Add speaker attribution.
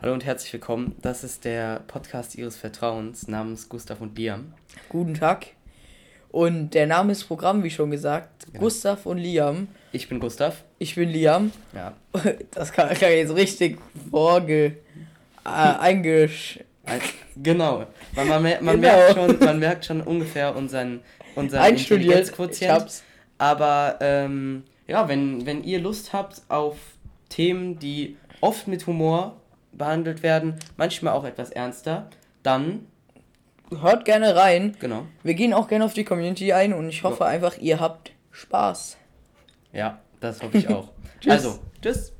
Speaker 1: Hallo und herzlich willkommen. Das ist der Podcast Ihres Vertrauens namens Gustav und Liam.
Speaker 2: Guten Tag. Und der Name ist Programm, wie schon gesagt. Gustav und Liam.
Speaker 1: Ich bin Gustav.
Speaker 2: Ich bin Liam.
Speaker 1: Ja.
Speaker 2: Das kann ich jetzt richtig vorge... Äh, eingesch...
Speaker 1: Also, genau. Man, man, mer- man,
Speaker 2: Genau.
Speaker 1: Merkt schon, man merkt schon ungefähr unseren, unseren
Speaker 2: Einstudiert. Ich
Speaker 1: Intelligenzquotient.
Speaker 2: hab's.
Speaker 1: Aber ähm, ja, wenn, wenn ihr Lust habt auf Themen, die oft mit Humor behandelt werden, manchmal auch etwas ernster, dann,
Speaker 2: Hört gerne rein.
Speaker 1: genau,
Speaker 2: Wir gehen auch gerne auf die Community ein und ich hoffe einfach, ihr habt Spaß.
Speaker 1: ja, das hoffe ich auch.
Speaker 2: Tschüss.
Speaker 1: Also, tschüss.